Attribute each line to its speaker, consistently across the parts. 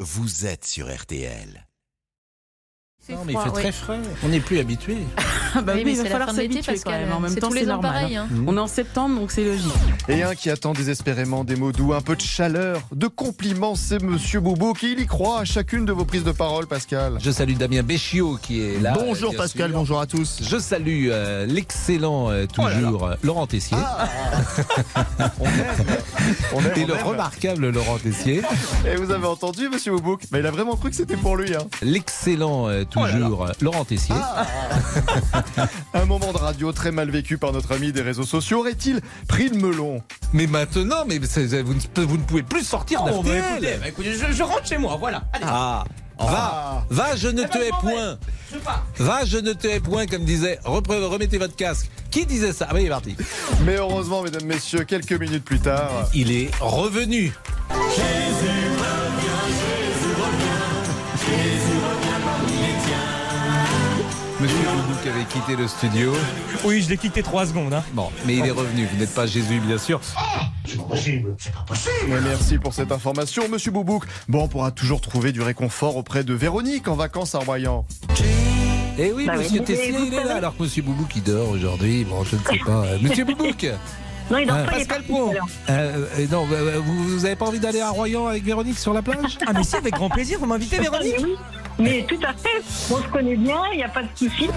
Speaker 1: vous êtes sur RTL.
Speaker 2: Non, mais il fait très frais. On n'est plus habitué.
Speaker 3: Ah bah
Speaker 4: Oui,
Speaker 3: oui,
Speaker 4: mais
Speaker 3: il
Speaker 4: c'est
Speaker 3: va
Speaker 4: la
Speaker 3: falloir
Speaker 4: fin de l'été,
Speaker 3: s'habituer quand
Speaker 4: Pascal.
Speaker 3: même. En même
Speaker 4: C'est
Speaker 3: temps,
Speaker 4: tous les
Speaker 3: c'est
Speaker 4: ans
Speaker 3: normal.
Speaker 4: pareil, hein.
Speaker 3: On est en septembre, donc c'est logique.
Speaker 5: Et un qui attend désespérément des mots doux, un peu de chaleur, de compliments, c'est Monsieur Bobo qui il y croit à chacune de vos prises de parole, Pascal.
Speaker 2: Je salue Damien Béchiot qui est là. euh,
Speaker 6: Bonjour
Speaker 2: bien
Speaker 6: Pascal,
Speaker 2: sûr.
Speaker 6: bonjour à tous.
Speaker 2: Je salue euh, l'excellent, euh, toujours, euh, Laurent Tessier.
Speaker 5: On aime. On aime,
Speaker 2: et
Speaker 5: on
Speaker 2: le
Speaker 5: aime.
Speaker 2: remarquable Laurent Tessier.
Speaker 5: Et vous avez entendu, Monsieur Bobo Mais il a vraiment cru que c'était pour lui. hein.
Speaker 2: L'excellent, euh, toujours, euh, Laurent Tessier.
Speaker 5: Un moment de radio très mal vécu par notre ami des réseaux sociaux. Aurait-il pris le melon
Speaker 2: Mais maintenant, mais c'est- vous, ne, vous ne pouvez plus sortir Eh,
Speaker 7: Oh, bah,
Speaker 2: d'RTL.
Speaker 7: écoutez, bah, écoutez, je, je rentre chez moi, voilà. Allez,
Speaker 2: Ah, va, va, je ne te hais point.
Speaker 7: je pars.
Speaker 2: Va, je ne te hais point, comme disait. repre- remettez votre casque. Qui disait ça Ah, oui, il est parti.
Speaker 5: Mais heureusement, mesdames, messieurs, quelques minutes plus tard.
Speaker 2: Il est revenu. Monsieur Boubou qui avait quitté le studio.
Speaker 7: Oui, je l'ai quitté 3 secondes. Hein.
Speaker 2: Bon, mais il est revenu. Vous n'êtes pas Jésus, bien sûr.
Speaker 5: Mais merci pour cette information, Monsieur Boubouk. Bon, on pourra toujours trouver du réconfort auprès de Véronique en vacances à Royan.
Speaker 2: Eh oui,
Speaker 8: Bah
Speaker 2: monsieur Tessier, il est là. Alors que monsieur Boubou qui dort aujourd'hui, bon, je ne sais pas. Euh, Monsieur Boubouk
Speaker 8: Non, il dort
Speaker 2: Euh,
Speaker 8: pas, il
Speaker 2: Pascal
Speaker 8: est parti tout
Speaker 2: Pro
Speaker 8: à l'heure.
Speaker 2: euh, euh, Non, euh, vous n'avez pas envie d'aller à Royan avec Véronique sur la plage
Speaker 7: Ah, mais si, avec grand plaisir, vous m'invitez, Véronique
Speaker 8: Mais oui, mais tout à fait. On se connaît bien, il n'y a pas de souci.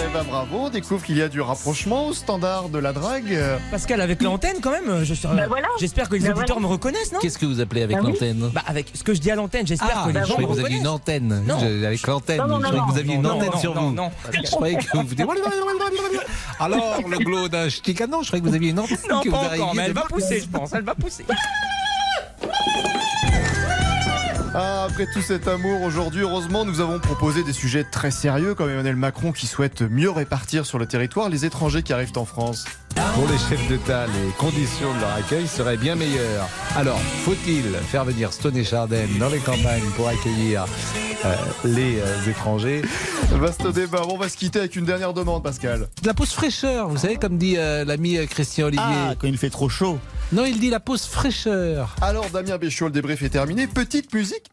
Speaker 5: Eh ben bravo, on découvre qu'il y a du rapprochement au standard de la drague. Euh,
Speaker 7: Pascal, avec l'antenne quand même, je- euh,
Speaker 8: Bah
Speaker 2: Ben
Speaker 8: voilà.
Speaker 7: j'espère que les
Speaker 8: Bah
Speaker 7: auditeurs
Speaker 8: voilà.
Speaker 7: me reconnaissent, non
Speaker 2: Qu'est-ce que vous appelez avec
Speaker 8: Ah oui.
Speaker 2: l'antenne
Speaker 7: Bah, avec ce que je dis à l'antenne, j'espère
Speaker 2: Ah,
Speaker 7: que les
Speaker 2: je
Speaker 7: gens
Speaker 2: croyais que
Speaker 7: me
Speaker 2: vous aviez
Speaker 7: reconnaissent.
Speaker 2: une antenne.
Speaker 7: Non.
Speaker 2: Je- avec l'antenne.
Speaker 8: Non, non,
Speaker 2: je croyais
Speaker 8: non,
Speaker 2: que vous aviez une
Speaker 7: Non, non,
Speaker 2: antenne
Speaker 7: non,
Speaker 2: sur
Speaker 7: non,
Speaker 2: vous.
Speaker 7: non.
Speaker 2: Je croyais que vous faisiez- Alors, le glow d'un ch'ticano, je croyais que vous aviez une antenne
Speaker 7: Non,
Speaker 2: que vous
Speaker 7: pas encore,
Speaker 2: arriviez
Speaker 7: mais elle
Speaker 2: de-
Speaker 7: va pousser, je pense, elle va pousser.
Speaker 5: ah, après tout cet amour aujourd'hui, heureusement, nous avons proposé des sujets très sérieux comme Emmanuel Macron qui souhaite mieux répartir sur le territoire les étrangers qui arrivent en France.
Speaker 2: Pour les chefs d'État, les conditions de leur accueil seraient bien meilleures. Alors, faut-il faire venir Stone et Chardin dans les campagnes pour accueillir euh, les euh, étrangers
Speaker 5: Vaste débat. Bon, on va se quitter avec une dernière demande, Pascal.
Speaker 2: De la pause fraîcheur, vous savez, comme dit euh, l'ami euh, Christian Olivier.
Speaker 6: Ah, quand il fait trop chaud.
Speaker 2: Non, il dit la pause fraîcheur.
Speaker 5: Alors, Damien Béchiot, le débrief est terminé. Petite musique.